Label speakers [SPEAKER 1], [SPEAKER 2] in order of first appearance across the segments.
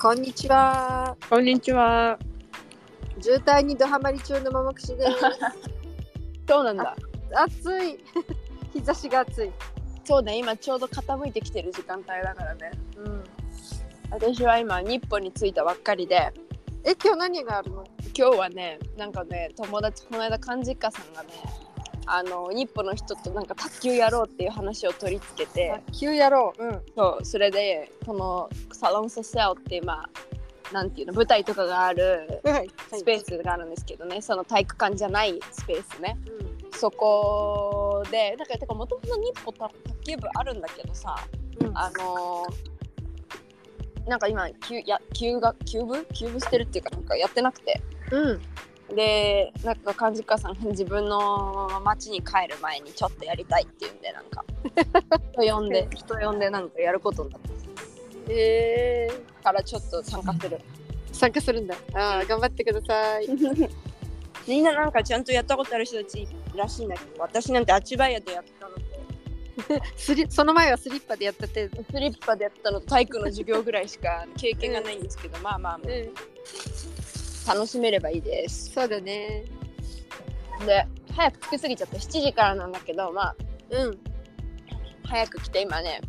[SPEAKER 1] こんにちは。
[SPEAKER 2] こんにちは。
[SPEAKER 1] 渋滞にドハマり中のママクシ です。
[SPEAKER 2] そうなんだ。
[SPEAKER 1] 暑い。 日差しが暑い。
[SPEAKER 2] そうね、今ちょうど傾いてきてる時間帯だからね。うん。私は今日本に着いたばっかりで、
[SPEAKER 1] え、今日何があるの？
[SPEAKER 2] 今日はね、なんかね、友達この間漢字家さんがね、あの日本の人となんか卓球やろうっていう話を取り付けて、
[SPEAKER 1] 急やろう。うん。
[SPEAKER 2] そうそれでこのサロンソシャオっていうまあなんていうの舞台とかがある
[SPEAKER 1] はい。
[SPEAKER 2] スペースがあるんですけどね、その体育館じゃないスペースね。
[SPEAKER 1] うん。
[SPEAKER 2] そこでなんかてかもともと日本卓球部あるんだけどさ
[SPEAKER 1] うん。
[SPEAKER 2] あのーなんか今休や休学休部休部してるっていうかなんかやってなくて
[SPEAKER 1] うん。
[SPEAKER 2] でなんか漢字家さんが自分の町に帰る前にちょっとやりたいっていうんでなんか人呼んで人呼んでなんかやることになって
[SPEAKER 1] えー、
[SPEAKER 2] からちょっと参加する
[SPEAKER 1] 参加するんだ。あー、頑張ってください。
[SPEAKER 2] みんななんかちゃんとやったことある人たちらしいんだけど私なんてアチバイアでやったのと
[SPEAKER 1] スリその前はスリッパでやった程度。
[SPEAKER 2] スリッパでやったのと体育の授業ぐらいしか経験がないんですけど、まあまあま
[SPEAKER 1] うん。
[SPEAKER 2] あ楽しめればいいです。
[SPEAKER 1] そうだね。
[SPEAKER 2] で早く着きすぎちゃって7時からなんだけどまあ
[SPEAKER 1] うん。
[SPEAKER 2] 早く来て今ね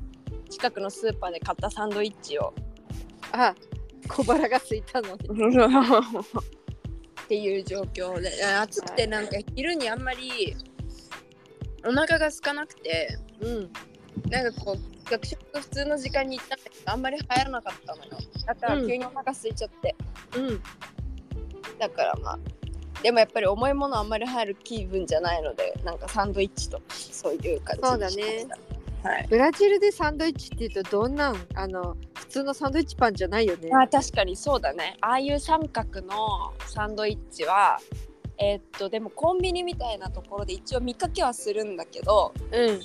[SPEAKER 2] 近くのスーパーで買ったサンドイッチを
[SPEAKER 1] あ、小腹が空いたのに。
[SPEAKER 2] っていう状況であ暑くてなんか昼にあんまりお腹が空かなくて
[SPEAKER 1] うん。
[SPEAKER 2] なんかこう学食普通の時間に行ったんだけどあんまり入らなかったのよだから急にお腹空いちゃって、
[SPEAKER 1] うん。
[SPEAKER 2] だからまあでもやっぱり重いものあんまり入る気分じゃないのでなんかサンドイッチとそういう感じ
[SPEAKER 1] そうだ
[SPEAKER 2] にしま
[SPEAKER 1] ね
[SPEAKER 2] したはい
[SPEAKER 1] ブラジルでサンドイッチっていうとどんなんあの普通のサンドイッチパンじゃないよね。
[SPEAKER 2] あ確かにそうだねああいう三角のサンドイッチはえーっとでもコンビニみたいなところで一応見かけはするんだけど
[SPEAKER 1] うん。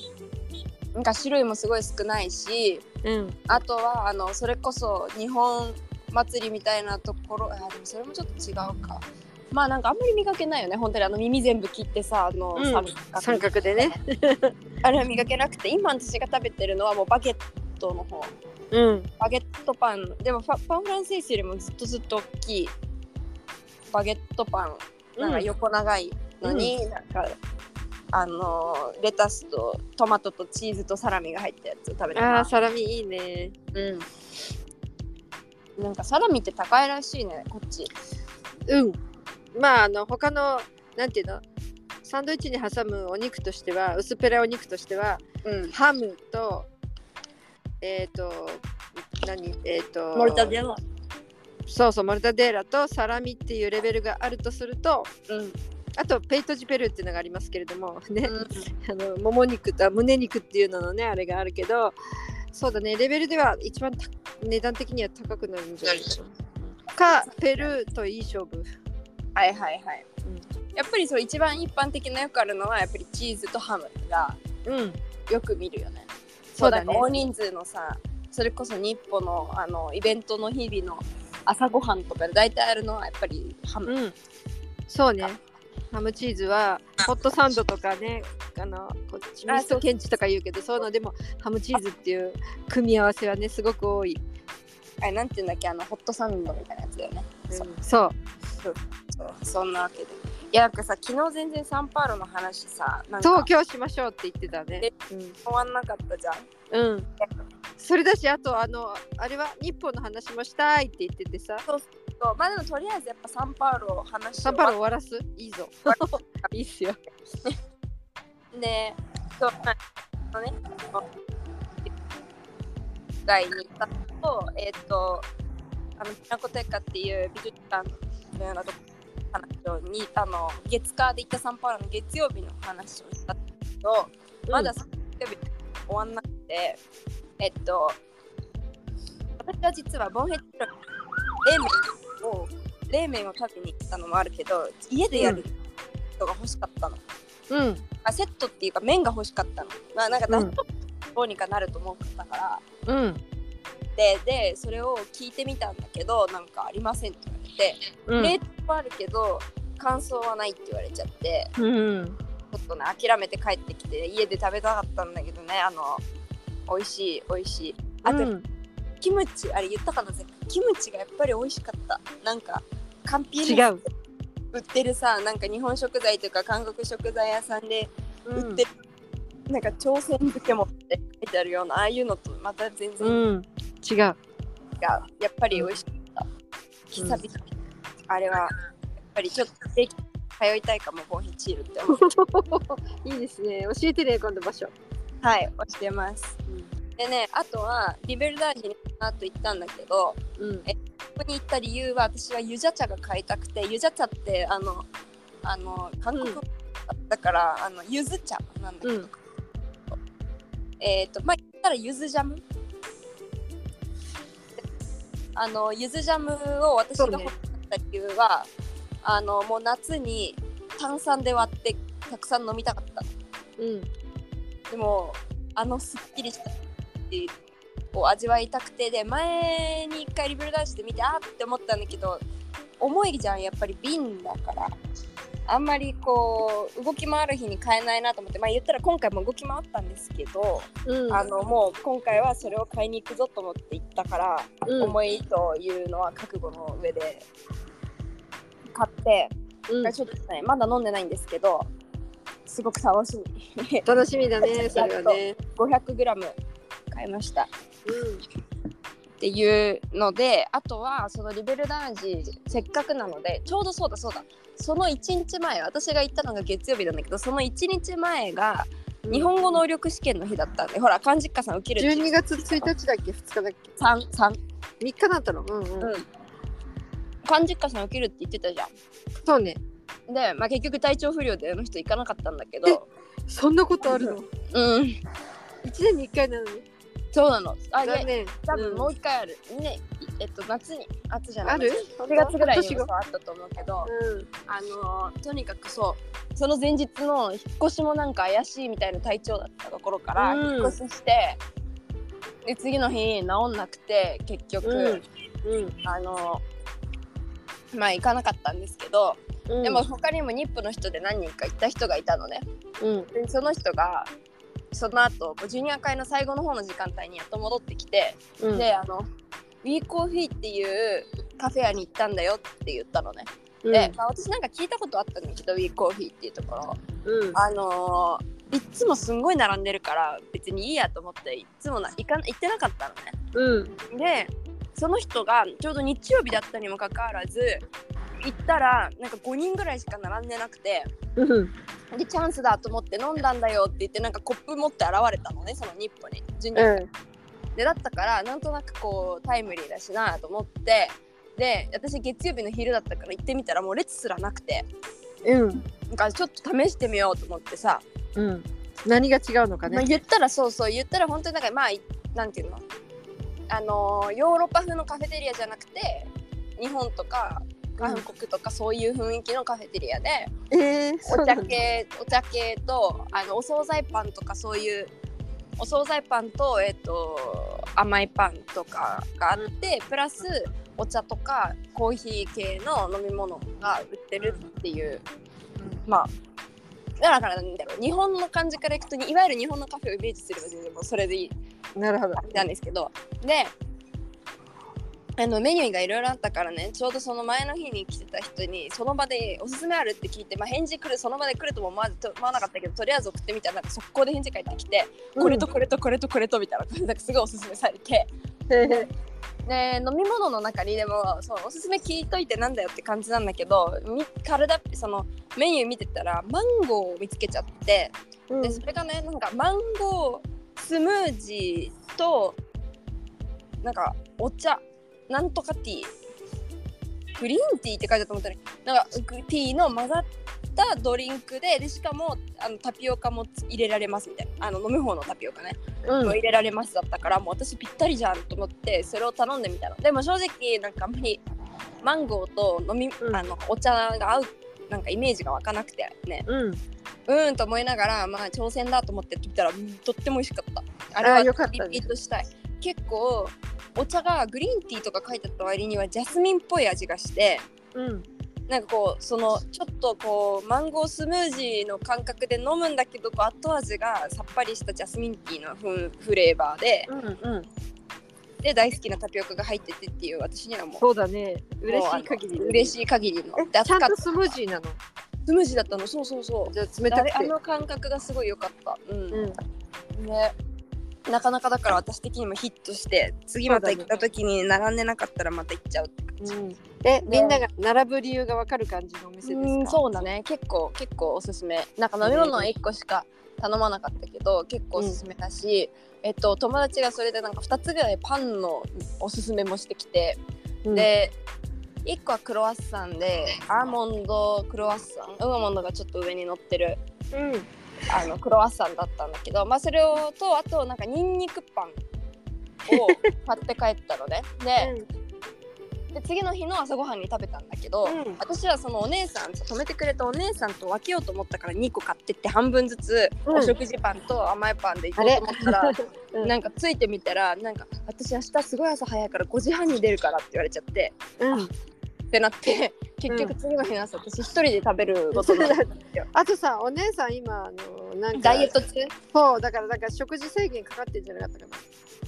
[SPEAKER 2] なんか種類もすごい少ないし
[SPEAKER 1] うん。
[SPEAKER 2] あとはあのそれこそ日本祭りみたいなところあでもそれもちょっと違うかまあなんかあんまり見かけないよね本当にあの耳全部切ってさあの、
[SPEAKER 1] うん
[SPEAKER 2] 角
[SPEAKER 1] 三角でね。
[SPEAKER 2] あれは見かけなくて今私が食べてるのはもうバゲットの方
[SPEAKER 1] うん。
[SPEAKER 2] バゲットパンでもパパンフランスイスよりもずっとずっと大きいバゲットパンなんか横長いのに、なんかあのーレタスとトマトとチーズとサラミが入ったやつを食べて
[SPEAKER 1] あ
[SPEAKER 2] ま
[SPEAKER 1] あ
[SPEAKER 2] す、
[SPEAKER 1] サラミいいね。
[SPEAKER 2] うん、なんかサラミって高いらしいねこっち
[SPEAKER 1] うん。まああの他のなんていうのサンドイッチに挟むお肉としては薄っぺらいお肉としては
[SPEAKER 2] うん
[SPEAKER 1] ハムとえっ、と何えっ、と
[SPEAKER 2] モルタデの
[SPEAKER 1] そうそうモルタデーラとサラミっていうレベルがあるとすると
[SPEAKER 2] うん
[SPEAKER 1] あとペイトジペルーっていうのがありますけれども ね、
[SPEAKER 2] うん
[SPEAKER 1] あのもも肉とあ胸肉っていうののねあれがあるけどそうだねレベルでは一番た値段的には高くなるんじゃないかなかペルーといい勝負
[SPEAKER 2] はいはいはい、やっぱりそう一番一般的なよくあるのはやっぱりチーズとハムが
[SPEAKER 1] うん
[SPEAKER 2] よく見るよね
[SPEAKER 1] そうだね
[SPEAKER 2] もなんか大人数のさそれこそ日本のあのイベントの日々の朝ごはんとかで大体あるのはやっぱりハム、
[SPEAKER 1] うんそうねハムチーズはホットサンドとかねあのこっちミストケンチとか言うけどそういうのでもハムチーズっていう組み合わせはねすごく多い、
[SPEAKER 2] あれなんていうんだっけあのホットサンドみたいなやつだよねそう
[SPEAKER 1] そう
[SPEAKER 2] そうそんなわけでいやなんかさ昨日全然サンパウロの話さなんか
[SPEAKER 1] そう今日しましょうって言ってたね
[SPEAKER 2] え終わんなかったじゃん
[SPEAKER 1] うん、うん、それだしあとあのあれは日本の話もしたいって言っててさ
[SPEAKER 2] そうまあでもとりあえずやっぱサンパウロを話
[SPEAKER 1] サンパウロ終わらすいいぞ。 いいっすよ。
[SPEAKER 2] で、そう、まあのね、その街に行ったと、えっ、と、あの、ピナコテカっていう美術館のようなとこ話をに、あの、月火で行ったサンパウロの月曜日の話をしたんですけど、まだ月曜日終わんなくて、えっと、私は実はボンヘッドの冷麺を、冷麺を食べに行ったのもあるけど、家でやる人が欲しかったの。
[SPEAKER 1] うん。
[SPEAKER 2] あセットっていうか麺が欲しかったの。まあなんか
[SPEAKER 1] う
[SPEAKER 2] なんんとどうにかなると思ったから、
[SPEAKER 1] うん。
[SPEAKER 2] ででそれを聞いてみたんだけどなんかありませんって言わ
[SPEAKER 1] う
[SPEAKER 2] れ
[SPEAKER 1] ん。
[SPEAKER 2] て、冷凍はあるけど感想はないって言われちゃって
[SPEAKER 1] うん。
[SPEAKER 2] ちょっとね諦めて帰ってきて家で食べたかったんだけどねあの美味しい美味しいあと、
[SPEAKER 1] うん
[SPEAKER 2] キムチあれ言ったかな全部キムチがやっぱり美味しかったなんかカンピエ
[SPEAKER 1] 違
[SPEAKER 2] ル
[SPEAKER 1] う、
[SPEAKER 2] 売ってるさなんか日本食材とか韓国食材屋さんで売ってる、なんか朝鮮漬けもって書いてあるようなああいうのとまた全然違う、
[SPEAKER 1] うん、違う
[SPEAKER 2] やっぱり美味しかった久々に、あれはやっぱりちょっと定期通いたいかもボンヒチールって思う
[SPEAKER 1] いいですね教えてね今度場所、
[SPEAKER 2] はい押してますでねあとはリベルダージにこの後行ったんだけど
[SPEAKER 1] うん
[SPEAKER 2] ここに行った理由は私はユジャ茶が買いたくてユジャ茶ってあのあの韓国
[SPEAKER 1] うん
[SPEAKER 2] だから、あのゆず茶なんだけど、
[SPEAKER 1] うん
[SPEAKER 2] えっ、とまあ言ったらゆずジャムあのゆずジャムを私が欲しかった理由は、あのもう夏に炭酸で割ってたくさん飲みたかったの
[SPEAKER 1] うん
[SPEAKER 2] でもあのすっきりした味を味わいたくてで前に一回リベルダージで見てあーって思ったんだけど重いじゃんやっぱり瓶だからあんまりこう動き回る日に買えないなと思ってまあ言ったら今回も動き回ったんですけど、
[SPEAKER 1] うん
[SPEAKER 2] あのもう今回はそれを買いに行くぞと思って行ったから、
[SPEAKER 1] うん
[SPEAKER 2] 重いというのは覚悟の上で買って、
[SPEAKER 1] うん
[SPEAKER 2] ちょっとねまだ飲んでないんですけどすごく楽しみ。
[SPEAKER 1] 楽しみだねそれはね
[SPEAKER 2] 500g 買いましたっ
[SPEAKER 1] うん
[SPEAKER 2] ていうのであとはそのリベルダージせっかくなのでちょうどそうだそうだその1日前私が行ったのが月曜日なんだけどその1日前が日本語能力試験の日だったんで、ほら漢字家さん受ける
[SPEAKER 1] 12月1日だっけ2日だっけ
[SPEAKER 2] 三三
[SPEAKER 1] 3日だったのうんうん、
[SPEAKER 2] うん漢字家さん受けるって言ってたじゃ
[SPEAKER 1] そうね
[SPEAKER 2] んで、まあ、結局体調不良であの人行かなかったんだけど
[SPEAKER 1] そんなことあるの
[SPEAKER 2] うん
[SPEAKER 1] 1年に1回なのに
[SPEAKER 2] そうなのあいや
[SPEAKER 1] 残念
[SPEAKER 2] 多分もう
[SPEAKER 1] 一
[SPEAKER 2] 一回ある、ねえっと夏に夏じゃない
[SPEAKER 1] ある
[SPEAKER 2] 1月ぐらいに
[SPEAKER 1] 年
[SPEAKER 2] もそ
[SPEAKER 1] が
[SPEAKER 2] うあったと思うけど、
[SPEAKER 1] うん
[SPEAKER 2] あのーとにかくそうその前日の引っ越しもなんか怪しいみたいな体調だったところから
[SPEAKER 1] うん
[SPEAKER 2] 引っ越しして、で次の日治んなくて結局、
[SPEAKER 1] うん
[SPEAKER 2] あのーまあ行かなかったんですけど、
[SPEAKER 1] うん
[SPEAKER 2] でも他にもニップの人で何人か行った人がいたのね
[SPEAKER 1] うん
[SPEAKER 2] でその人がその後こうジュニア会の最後の方の時間帯にやっと戻ってきて、
[SPEAKER 1] うん
[SPEAKER 2] であのウィーコーヒーっていうカフェ屋に行ったんだよって言ったのね
[SPEAKER 1] うん
[SPEAKER 2] で、まあ、私なんか聞いたことあったんだけどウィーコーヒーっていうところ
[SPEAKER 1] うん
[SPEAKER 2] あのーいっつもすんごい並んでるから別にいいやと思っていっつもな行か行ってなかったの
[SPEAKER 1] うん
[SPEAKER 2] ねでその人がちょうど日曜日だったにもかかわらず行ったらなんか5人ぐらいしか並んでなくて
[SPEAKER 1] うん
[SPEAKER 2] でチャンスだと思って飲んだんだよって言ってなんかコップ持って現れたのねその日本にジュニア
[SPEAKER 1] うん
[SPEAKER 2] でだったからなんとなくこうタイムリーだしなと思ってで私月曜日の昼だったから行ってみたらもう列すらなくて
[SPEAKER 1] うん
[SPEAKER 2] なんかちょっと試してみようと思ってさ、
[SPEAKER 1] うん何が違うのか
[SPEAKER 2] まあ、
[SPEAKER 1] ね
[SPEAKER 2] 言ったらそうそう言ったら本当になんかまあいなんていうのあのーヨーロッパ風のカフェテリアじゃなくて日本とか韓国とかそういう雰囲気のカフェテリアで、
[SPEAKER 1] えーそう
[SPEAKER 2] お
[SPEAKER 1] な
[SPEAKER 2] 茶
[SPEAKER 1] んだ
[SPEAKER 2] 系お茶系とあのお惣菜パンとかそういうお惣菜パンと,、えっと甘いパンとかがあってプラスお茶とかコーヒー系の飲み物が売ってるっていう、まあだからなんだろう日本の感じからいくといわゆる日本のカフェをイメージすれば全然もうそれでいい
[SPEAKER 1] なるほど
[SPEAKER 2] なんですけどであのメニューがいろいろあったからねちょうどその前の日に来てた人にその場でおすすめあるって聞いて、まあ、返事来るその場で来るとも思わずと思わなかったけどとりあえず送ってみたらなんか速攻で返事返ってきて、これとこれとこれとこれとみたいな感じですごいおすすめされて
[SPEAKER 1] うんへー
[SPEAKER 2] で飲み物の中にでもそうおすすめ聞いといてなんだよって感じなんだけどみ体そのメニュー見てたらマンゴーを見つけちゃって。
[SPEAKER 1] うん
[SPEAKER 2] でそれがねなんかマンゴースムージーとなんかお茶なんとかティーグリーンティーって書いてあったと思ったねなんかグティーの混ざったドリンクででしかもあのタピオカもつ入れられますみたいなあの飲む方のタピオカね、
[SPEAKER 1] うん
[SPEAKER 2] もう入れられますだったからもう私ぴったりじゃんと思ってそれを頼んでみたのでも正直なんかあんまりマンゴーと飲み、
[SPEAKER 1] うん
[SPEAKER 2] あのお茶が合うなんかイメージが湧かなくてね
[SPEAKER 1] うん
[SPEAKER 2] うーんと思いながらまあ挑戦だと思って食ったらうんとっても美味しかったあれ
[SPEAKER 1] あ
[SPEAKER 2] は
[SPEAKER 1] ーよかったね
[SPEAKER 2] リピートしたい結構お茶がグリーンティーとか書いてあった割にはジャスミンっぽい味がして
[SPEAKER 1] うん
[SPEAKER 2] なんかこうそのちょっとこうマンゴースムージーの感覚で飲むんだけどこう後味がさっぱりしたジャスミンティーのふんフレーバーで
[SPEAKER 1] うんうん
[SPEAKER 2] で大好きなタピオカが入っててっていう私にはもう
[SPEAKER 1] そうだね。嬉しい限りだね。
[SPEAKER 2] 嬉しい限りの
[SPEAKER 1] え
[SPEAKER 2] で
[SPEAKER 1] ちゃんとスムージーなの。
[SPEAKER 2] スムージーだったのそうそうそう
[SPEAKER 1] じゃあ冷たく
[SPEAKER 2] あれあ
[SPEAKER 1] て。
[SPEAKER 2] の感覚がすごい良かったうん
[SPEAKER 1] うん。
[SPEAKER 2] ねなかなかだから私的にもヒットして次また行った時に並んでなかったらまた行っちゃうって感じ、
[SPEAKER 1] うん、え、みんなが並ぶ理由がわかる感じのお店ですか。
[SPEAKER 2] うんそうだね結構結構おすすめなんか飲み物は1個しか頼まなかったけど結構おすすめだし、えっと友達がそれでなんか2つぐらいパンのおすすめもしてきて、
[SPEAKER 1] うん、
[SPEAKER 2] で1個はクロワッサンでアーモンドクロワッサンアーモンドがちょっと上に乗ってる
[SPEAKER 1] うん、
[SPEAKER 2] あのクロワッサンだったんだけど、まあ、それをとあとなんかニンニクパンを買って帰った のねでで次の日の朝ごはんに食べたんだけど、
[SPEAKER 1] うん
[SPEAKER 2] 私はそのお姉さん止めてくれたお姉さんと分けようと思ったから2個買ってって半分ずつ、
[SPEAKER 1] うん
[SPEAKER 2] お食事パンと甘いパンで行こうと思った ら
[SPEAKER 1] うん
[SPEAKER 2] なんかついてみたらなんか私明日すごい朝早いから5時半に出るからって言われちゃって
[SPEAKER 1] うん、
[SPEAKER 2] ってなって結局次の日の朝私一人で食べることに なったんですよ
[SPEAKER 1] あとさ、お姉さん今あのなんか
[SPEAKER 2] ダイエット中
[SPEAKER 1] そうだからなんか食事制限かかってんじゃなかったか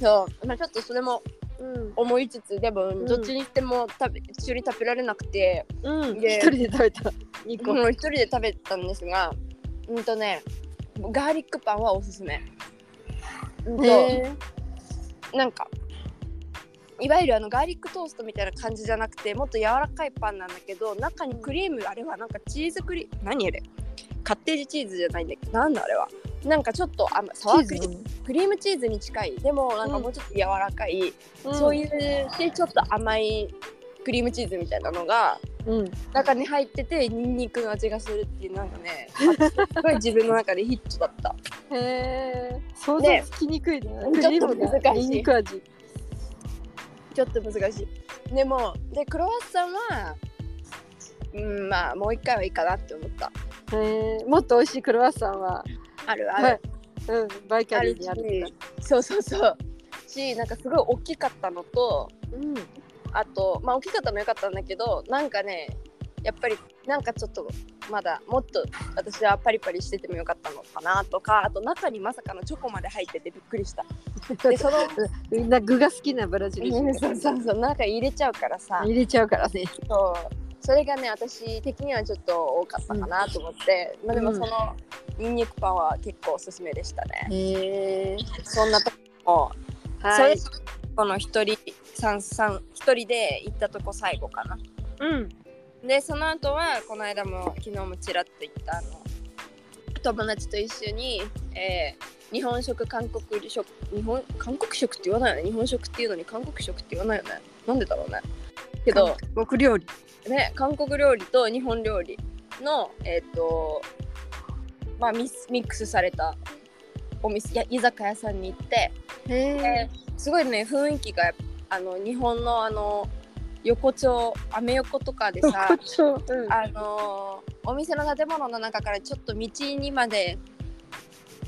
[SPEAKER 2] そう、まあ、ちょっとそれも
[SPEAKER 1] な。うん
[SPEAKER 2] 思いつつでも
[SPEAKER 1] ん
[SPEAKER 2] どっちに行っても食べ、一緒に食べられなくて、
[SPEAKER 1] うん、
[SPEAKER 2] で
[SPEAKER 1] 一人で食べた。二個。
[SPEAKER 2] もう一人で食べたんですがうんとねガーリックパンはおすすめうんと
[SPEAKER 1] へ
[SPEAKER 2] なんかいわゆるあのガーリックトーストみたいな感じじゃなくてもっと柔らかいパンなんだけど中にクリームあれはなんかチーズクリーム何あれカッテージチーズじゃないんだけどなんだあれはなんかちょっとあサワークリームクリームチーズに近いでもなんかもうちょっと柔らかい、そういうでちょっと甘いクリームチーズみたいなのが
[SPEAKER 1] うん。うん。
[SPEAKER 2] 中に入っててニンニクの味がするっていうなんかねすごい自分の中でヒットだった
[SPEAKER 1] へえ。想
[SPEAKER 2] ね
[SPEAKER 1] 像つきにくいね。
[SPEAKER 2] っと
[SPEAKER 1] クリームが
[SPEAKER 2] 難しい
[SPEAKER 1] ニンニク味。
[SPEAKER 2] ちょっと難しいでもでクロワッサンはうんまあもう一回はいいかなって思った
[SPEAKER 1] へえ。もっと美味しいクロワッサンは、
[SPEAKER 2] あるある、
[SPEAKER 1] はい。うん、バイカ
[SPEAKER 2] あ
[SPEAKER 1] リ
[SPEAKER 2] る
[SPEAKER 1] ー
[SPEAKER 2] し
[SPEAKER 1] にある。
[SPEAKER 2] そうそうそうしなんかすごい大きかったのと
[SPEAKER 1] うん。
[SPEAKER 2] あとまあ大きかったのも良かったんだけどなんかねやっぱりなんかちょっとまだもっと私はパリパリしててもよかったのかなとかあと中にまさかのチョコまで入っててびっくり したでその
[SPEAKER 1] みんな具が好きなブラジル人だか
[SPEAKER 2] そう
[SPEAKER 1] ら。
[SPEAKER 2] そうそう中に入れちゃうからさ
[SPEAKER 1] 入れちゃうからね。
[SPEAKER 2] そうそれがね私的にはちょっと多かったかなと思って、まあでもそのニンニクパンは結構おすすめでしたね、
[SPEAKER 1] へえ。
[SPEAKER 2] そんなとこも、
[SPEAKER 1] は
[SPEAKER 2] それこの一人三三一人で行ったとこ最後かな
[SPEAKER 1] うん。
[SPEAKER 2] でその後はこの間も昨日もちらっと行ったあの友達と一緒に、えー日本食韓国食日本韓国食って言わないよね日本食っていうのに韓国食って言わないよねなんでだろうねけど、
[SPEAKER 1] 僕料理。
[SPEAKER 2] ね、韓国料理と日本料理のえっ、とまあミスミックスされたお店や居酒屋さんに行って、
[SPEAKER 1] へえ。
[SPEAKER 2] すごいね雰囲気があの日本のあの横丁アメ横とかでさ
[SPEAKER 1] こっちもうん
[SPEAKER 2] あのーお店の建物の中からちょっと道にまで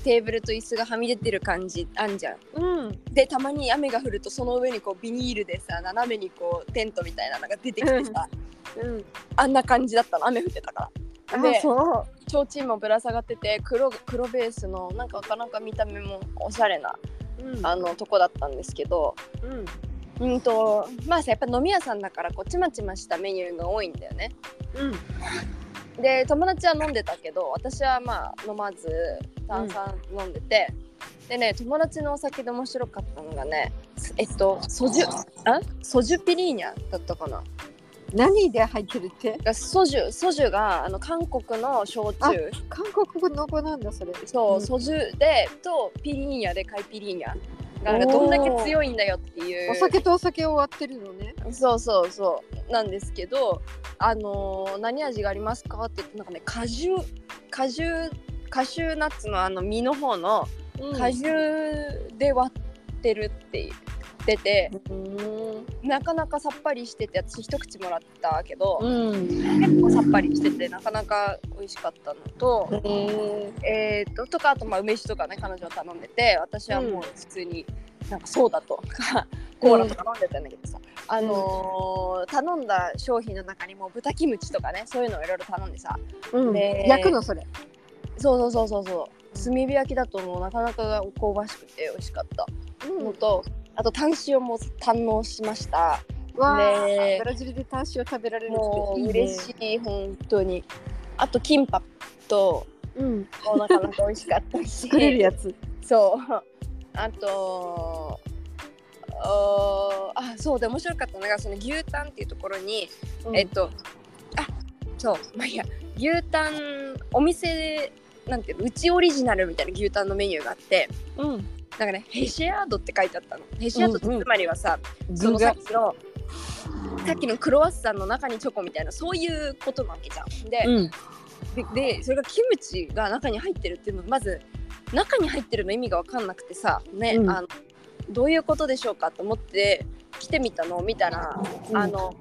[SPEAKER 2] テーブルと椅子がはみ出てる感じあんじゃん。
[SPEAKER 1] うん。
[SPEAKER 2] でたまに雨が降るとその上にこうビニールでさ斜めにこうテントみたいなのが出てきてさ、
[SPEAKER 1] うん。
[SPEAKER 2] あんな感じだったの雨降ってたから。で
[SPEAKER 1] あ、そう。
[SPEAKER 2] 提灯もぶら下がってて黒黒ベースのなんかなかなか見た目もおしゃれな
[SPEAKER 1] うん
[SPEAKER 2] あのとこだったんですけど
[SPEAKER 1] うん。
[SPEAKER 2] うんとまあさやっぱ飲み屋さんだからこうちまちましたメニューが多いんだよね。
[SPEAKER 1] うん。
[SPEAKER 2] で友達は飲んでたけど私はまあ飲まず炭酸飲んでて、でね友達のお酒で面白かったのがねえっとソジュあソジュピリーニャだったかな
[SPEAKER 1] 何で入ってるって
[SPEAKER 2] がソジュソジュがあの韓国の焼酎
[SPEAKER 1] 韓国語の子なんだそれ
[SPEAKER 2] そう、
[SPEAKER 1] ん
[SPEAKER 2] ソジュでとピリーニャでカイピリーニャがなんかどんだけ強いんだよっていう
[SPEAKER 1] お酒とお酒を割ってるのね
[SPEAKER 2] そうそうそうなんですけどあのー何味がありますかって言ってなんかね果汁果汁カシューナッツのあの実の方の果汁で割ってるって出て、なかなかさっぱりしてて私一口もらったけど、
[SPEAKER 1] うん
[SPEAKER 2] 結構さっぱりしててなかなか美味しかったのと、えー、ととかあとまあ梅酒とかね彼女は頼んでて私はもう普通になんかソーダと かコーラとか飲んでたんだけどさ、あのー頼んだ商品の中にも豚キムチとかねそういうのをいろいろ頼んでさ
[SPEAKER 1] うん
[SPEAKER 2] で
[SPEAKER 1] 焼くのそれ
[SPEAKER 2] そうそうそうそうそう炭火焼きだともうなかなか香ばしくて美味しかったのと、あとタン塩も堪能しました
[SPEAKER 1] わあ、
[SPEAKER 2] ねえ
[SPEAKER 1] ブラジルでタン塩食べられるって
[SPEAKER 2] もう
[SPEAKER 1] いいね
[SPEAKER 2] 嬉しい本当にあとキンパと
[SPEAKER 1] うん、
[SPEAKER 2] もうなかなか美味しかったし
[SPEAKER 1] 作れるやつ。
[SPEAKER 2] そう あとおあそうで面白かったのがその牛タンっていうところに、えっとあそうまあいいや牛タンお店なんていうのうちオリジナルみたいな牛タンのメニューがあって
[SPEAKER 1] うん、
[SPEAKER 2] なんかねヘシアードって書いてあったのヘシアードって
[SPEAKER 1] うんうん
[SPEAKER 2] つまりはさ、そ
[SPEAKER 1] 具
[SPEAKER 2] のさ
[SPEAKER 1] が
[SPEAKER 2] っ。きのさっきのクロワッサンの中にチョコみたいなそういうことなわけじゃん。で、
[SPEAKER 1] うん、
[SPEAKER 2] ででそれがキムチが中に入ってるっていうのまず中に入ってるの意味が分かんなくてさね、
[SPEAKER 1] うん
[SPEAKER 2] あのどういうことでしょうかと思って来てみたのを見たら、
[SPEAKER 1] うん
[SPEAKER 2] あの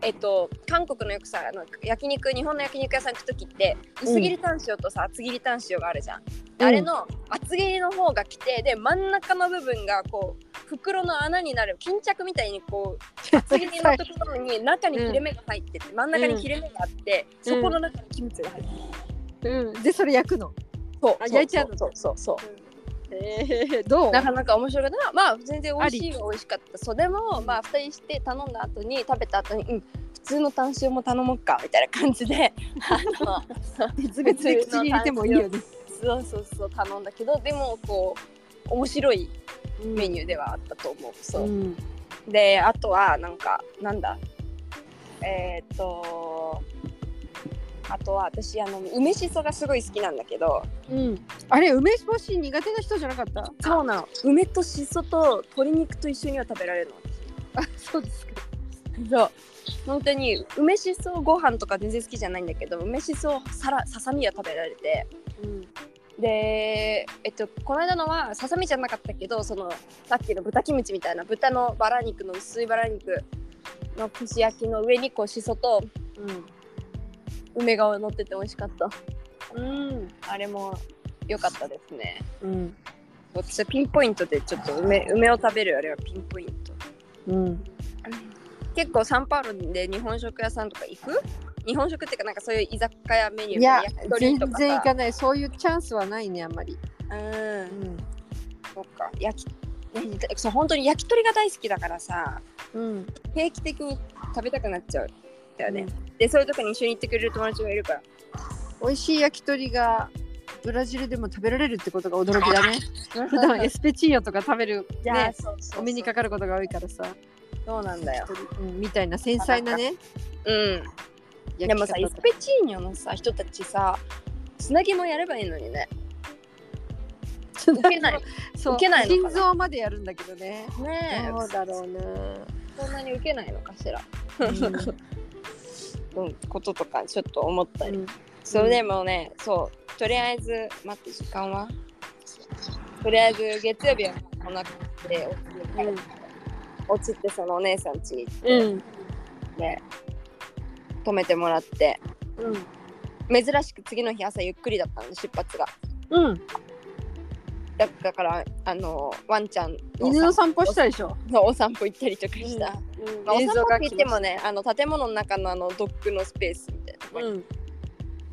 [SPEAKER 2] えっと韓国のよくさあの焼肉日本の焼肉屋さん行く時って
[SPEAKER 1] うん
[SPEAKER 2] 薄切り炭塩とさ厚切り炭塩があるじゃん。で
[SPEAKER 1] うん
[SPEAKER 2] あれの厚切りの方が来てで真ん中の部分がこう袋の穴になる巾着みたいにこう次のところに中に切れ目が入ってて、真ん中に切れ目があって、
[SPEAKER 1] うん
[SPEAKER 2] そこの中にキムチが入ってる、
[SPEAKER 1] うん、で、それ焼くの。
[SPEAKER 2] そう
[SPEAKER 1] あ
[SPEAKER 2] そう
[SPEAKER 1] 焼いちゃうの
[SPEAKER 2] そうそうそうそ
[SPEAKER 1] ええど
[SPEAKER 2] う
[SPEAKER 1] う。
[SPEAKER 2] なかなか面白かったまあ全然美味し
[SPEAKER 1] あ
[SPEAKER 2] いは美味しかったそうでもまあ2人して頼んだ後に食べた後にうん普通の炭塩も頼もうかみたいな感 じであの
[SPEAKER 1] 別々で口に入れてもいいよね。
[SPEAKER 2] そうそうそう頼んだけどでもこう面白いメニューではあったと思う、そう
[SPEAKER 1] うん、
[SPEAKER 2] であとはなんかなんだえーっとあとは私あの梅しそがすごい好きなんだけど
[SPEAKER 1] うん、あれ、梅干し苦手な人じゃなかった。
[SPEAKER 2] そうなの梅としそと鶏肉と一緒には食べられる
[SPEAKER 1] あ、そうですか。
[SPEAKER 2] のそう本当に梅しそご飯とか全然好きじゃないんだけど梅しそさらささみは食べられて
[SPEAKER 1] うん、
[SPEAKER 2] でえっとこの間のはささみじゃなかったけどそのさっきの豚キムチみたいな豚のバラ肉の薄いバラ肉の串焼きの上にこうしそと梅が乗ってて美味しかった
[SPEAKER 1] うん、
[SPEAKER 2] あれも良かったですね
[SPEAKER 1] うん、
[SPEAKER 2] 私はピンポイントでちょっと梅梅を食べるあれはピンポイント
[SPEAKER 1] うん、
[SPEAKER 2] 結構サンパウロで日本食屋さんとか行く日本食っていうかなんかそういう居酒屋メニュー
[SPEAKER 1] いや
[SPEAKER 2] 焼き、鳥
[SPEAKER 1] 全
[SPEAKER 2] とか
[SPEAKER 1] 然行
[SPEAKER 2] さ
[SPEAKER 1] かない、そういうチャンスはないね、あんまり。
[SPEAKER 2] う
[SPEAKER 1] うんん、
[SPEAKER 2] そうか焼きねそう本当に焼き鳥が大好きだからさ
[SPEAKER 1] うん、
[SPEAKER 2] 定期的に食べたくなっちゃうだよね、でそういうとこに一緒に行ってくれる友達がいるから
[SPEAKER 1] 美味しい焼き鳥が。ブラジルでも食べられるってことが驚きだ ね。普段エスペチーヨとか食べる、
[SPEAKER 2] いや
[SPEAKER 1] ね、
[SPEAKER 2] そうそうそう
[SPEAKER 1] お目にかかることが多いからさ。
[SPEAKER 2] そうなんだよ
[SPEAKER 1] うん、みたいな繊細なね。
[SPEAKER 2] うん
[SPEAKER 1] 焼
[SPEAKER 2] で
[SPEAKER 1] き
[SPEAKER 2] も
[SPEAKER 1] 方
[SPEAKER 2] さ
[SPEAKER 1] と
[SPEAKER 2] エスペチーニョのさ人たちさつなぎもやればいいのにね
[SPEAKER 1] ちょっ
[SPEAKER 2] 受
[SPEAKER 1] と
[SPEAKER 2] けない
[SPEAKER 1] そう
[SPEAKER 2] 受けないのかな
[SPEAKER 1] 腎臓までやるんだけどね。
[SPEAKER 2] ね
[SPEAKER 1] どうだろうな。
[SPEAKER 2] そんなに受けないのかしら、
[SPEAKER 1] うん
[SPEAKER 2] うん、こととかちょっと思ったり、
[SPEAKER 1] うん
[SPEAKER 2] それでもねそうとりあえず待って時間はとりあえず月曜日はお腹でお家に帰って、落ちてそのお姉さん家に行っ
[SPEAKER 1] うん。
[SPEAKER 2] て泊めてもらって
[SPEAKER 1] うん。
[SPEAKER 2] 珍しく次の日朝ゆっくりだったので出発が
[SPEAKER 1] うん。
[SPEAKER 2] だだからあのワンちゃんの
[SPEAKER 1] 犬の散歩したでしょ。
[SPEAKER 2] のお散歩行ったりとかした、まあ、お
[SPEAKER 1] 映
[SPEAKER 2] 散
[SPEAKER 1] 像
[SPEAKER 2] 歩
[SPEAKER 1] が
[SPEAKER 2] って言ってもねあの建物の中のあのドッグのスペースみたいなとこ
[SPEAKER 1] う
[SPEAKER 2] に
[SPEAKER 1] ん。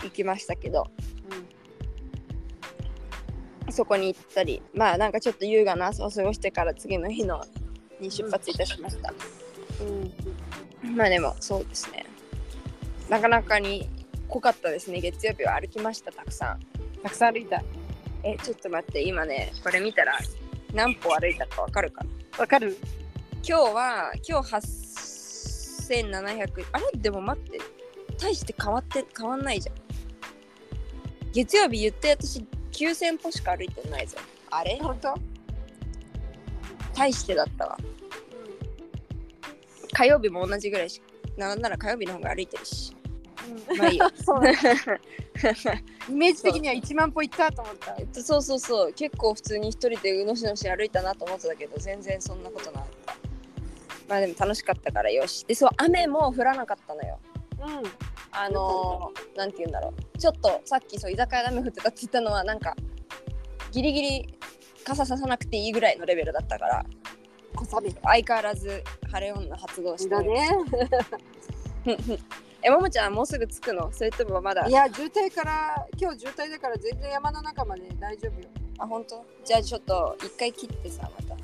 [SPEAKER 2] 行きましたけど、そこに行ったりまあなんかちょっと優雅な朝を過ごしてから次の日のに出発いたしました、
[SPEAKER 1] うん。
[SPEAKER 2] まあでもそうですねなかなかに濃かったですね月曜日は歩きましたたくさん
[SPEAKER 1] たくさん歩いた。
[SPEAKER 2] えちょっと待って今ねこれ見たら何歩歩いたかわかるかな
[SPEAKER 1] わかる
[SPEAKER 2] 今日は今日8700あれでも待って大して変わって変わんないじゃん月曜日言って私9000歩しか歩いてないじゃんあれ
[SPEAKER 1] 本当
[SPEAKER 2] 大してだったわ火曜日も同じぐらいしなんなら火曜日の方が歩いてるしまあいいよ
[SPEAKER 1] そうねイメージ的には1万歩行ったと思った
[SPEAKER 2] え。っとそうそうそう結構普通に一人でうのしのし歩いたなと思ってたけど全然そんなことなかったまあでも楽しかったからよしでそう雨も降らなかったのよ
[SPEAKER 1] うん。
[SPEAKER 2] あのー、なんて言うんだろうちょっとさっきそう居酒屋で雨降ってたって言ったのはなんかギリギリ傘ささなくていいぐらいのレベルだったから
[SPEAKER 1] 小雨。
[SPEAKER 2] 相変わらず晴れ女発動して
[SPEAKER 1] だ
[SPEAKER 2] る、
[SPEAKER 1] ね。
[SPEAKER 2] えももちゃんもうすぐ着くのそれともまだ
[SPEAKER 1] いや、渋滞から、今日渋滞だから全然山の中まで大丈夫よ。
[SPEAKER 2] あ本当じゃあちょっと一回切ってさまた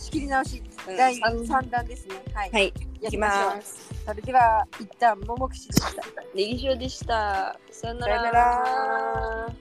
[SPEAKER 1] 仕切り直し
[SPEAKER 2] うん
[SPEAKER 1] 第
[SPEAKER 2] 三
[SPEAKER 1] 3弾ですね。はい。
[SPEAKER 2] はい、
[SPEAKER 1] や
[SPEAKER 2] い
[SPEAKER 1] り
[SPEAKER 2] き
[SPEAKER 1] ま
[SPEAKER 2] ま
[SPEAKER 1] しょ
[SPEAKER 2] す。
[SPEAKER 1] う。それでは一旦ももくしでした。
[SPEAKER 2] ネギ塩でした。さよな
[SPEAKER 1] さよな
[SPEAKER 2] ら。
[SPEAKER 1] ら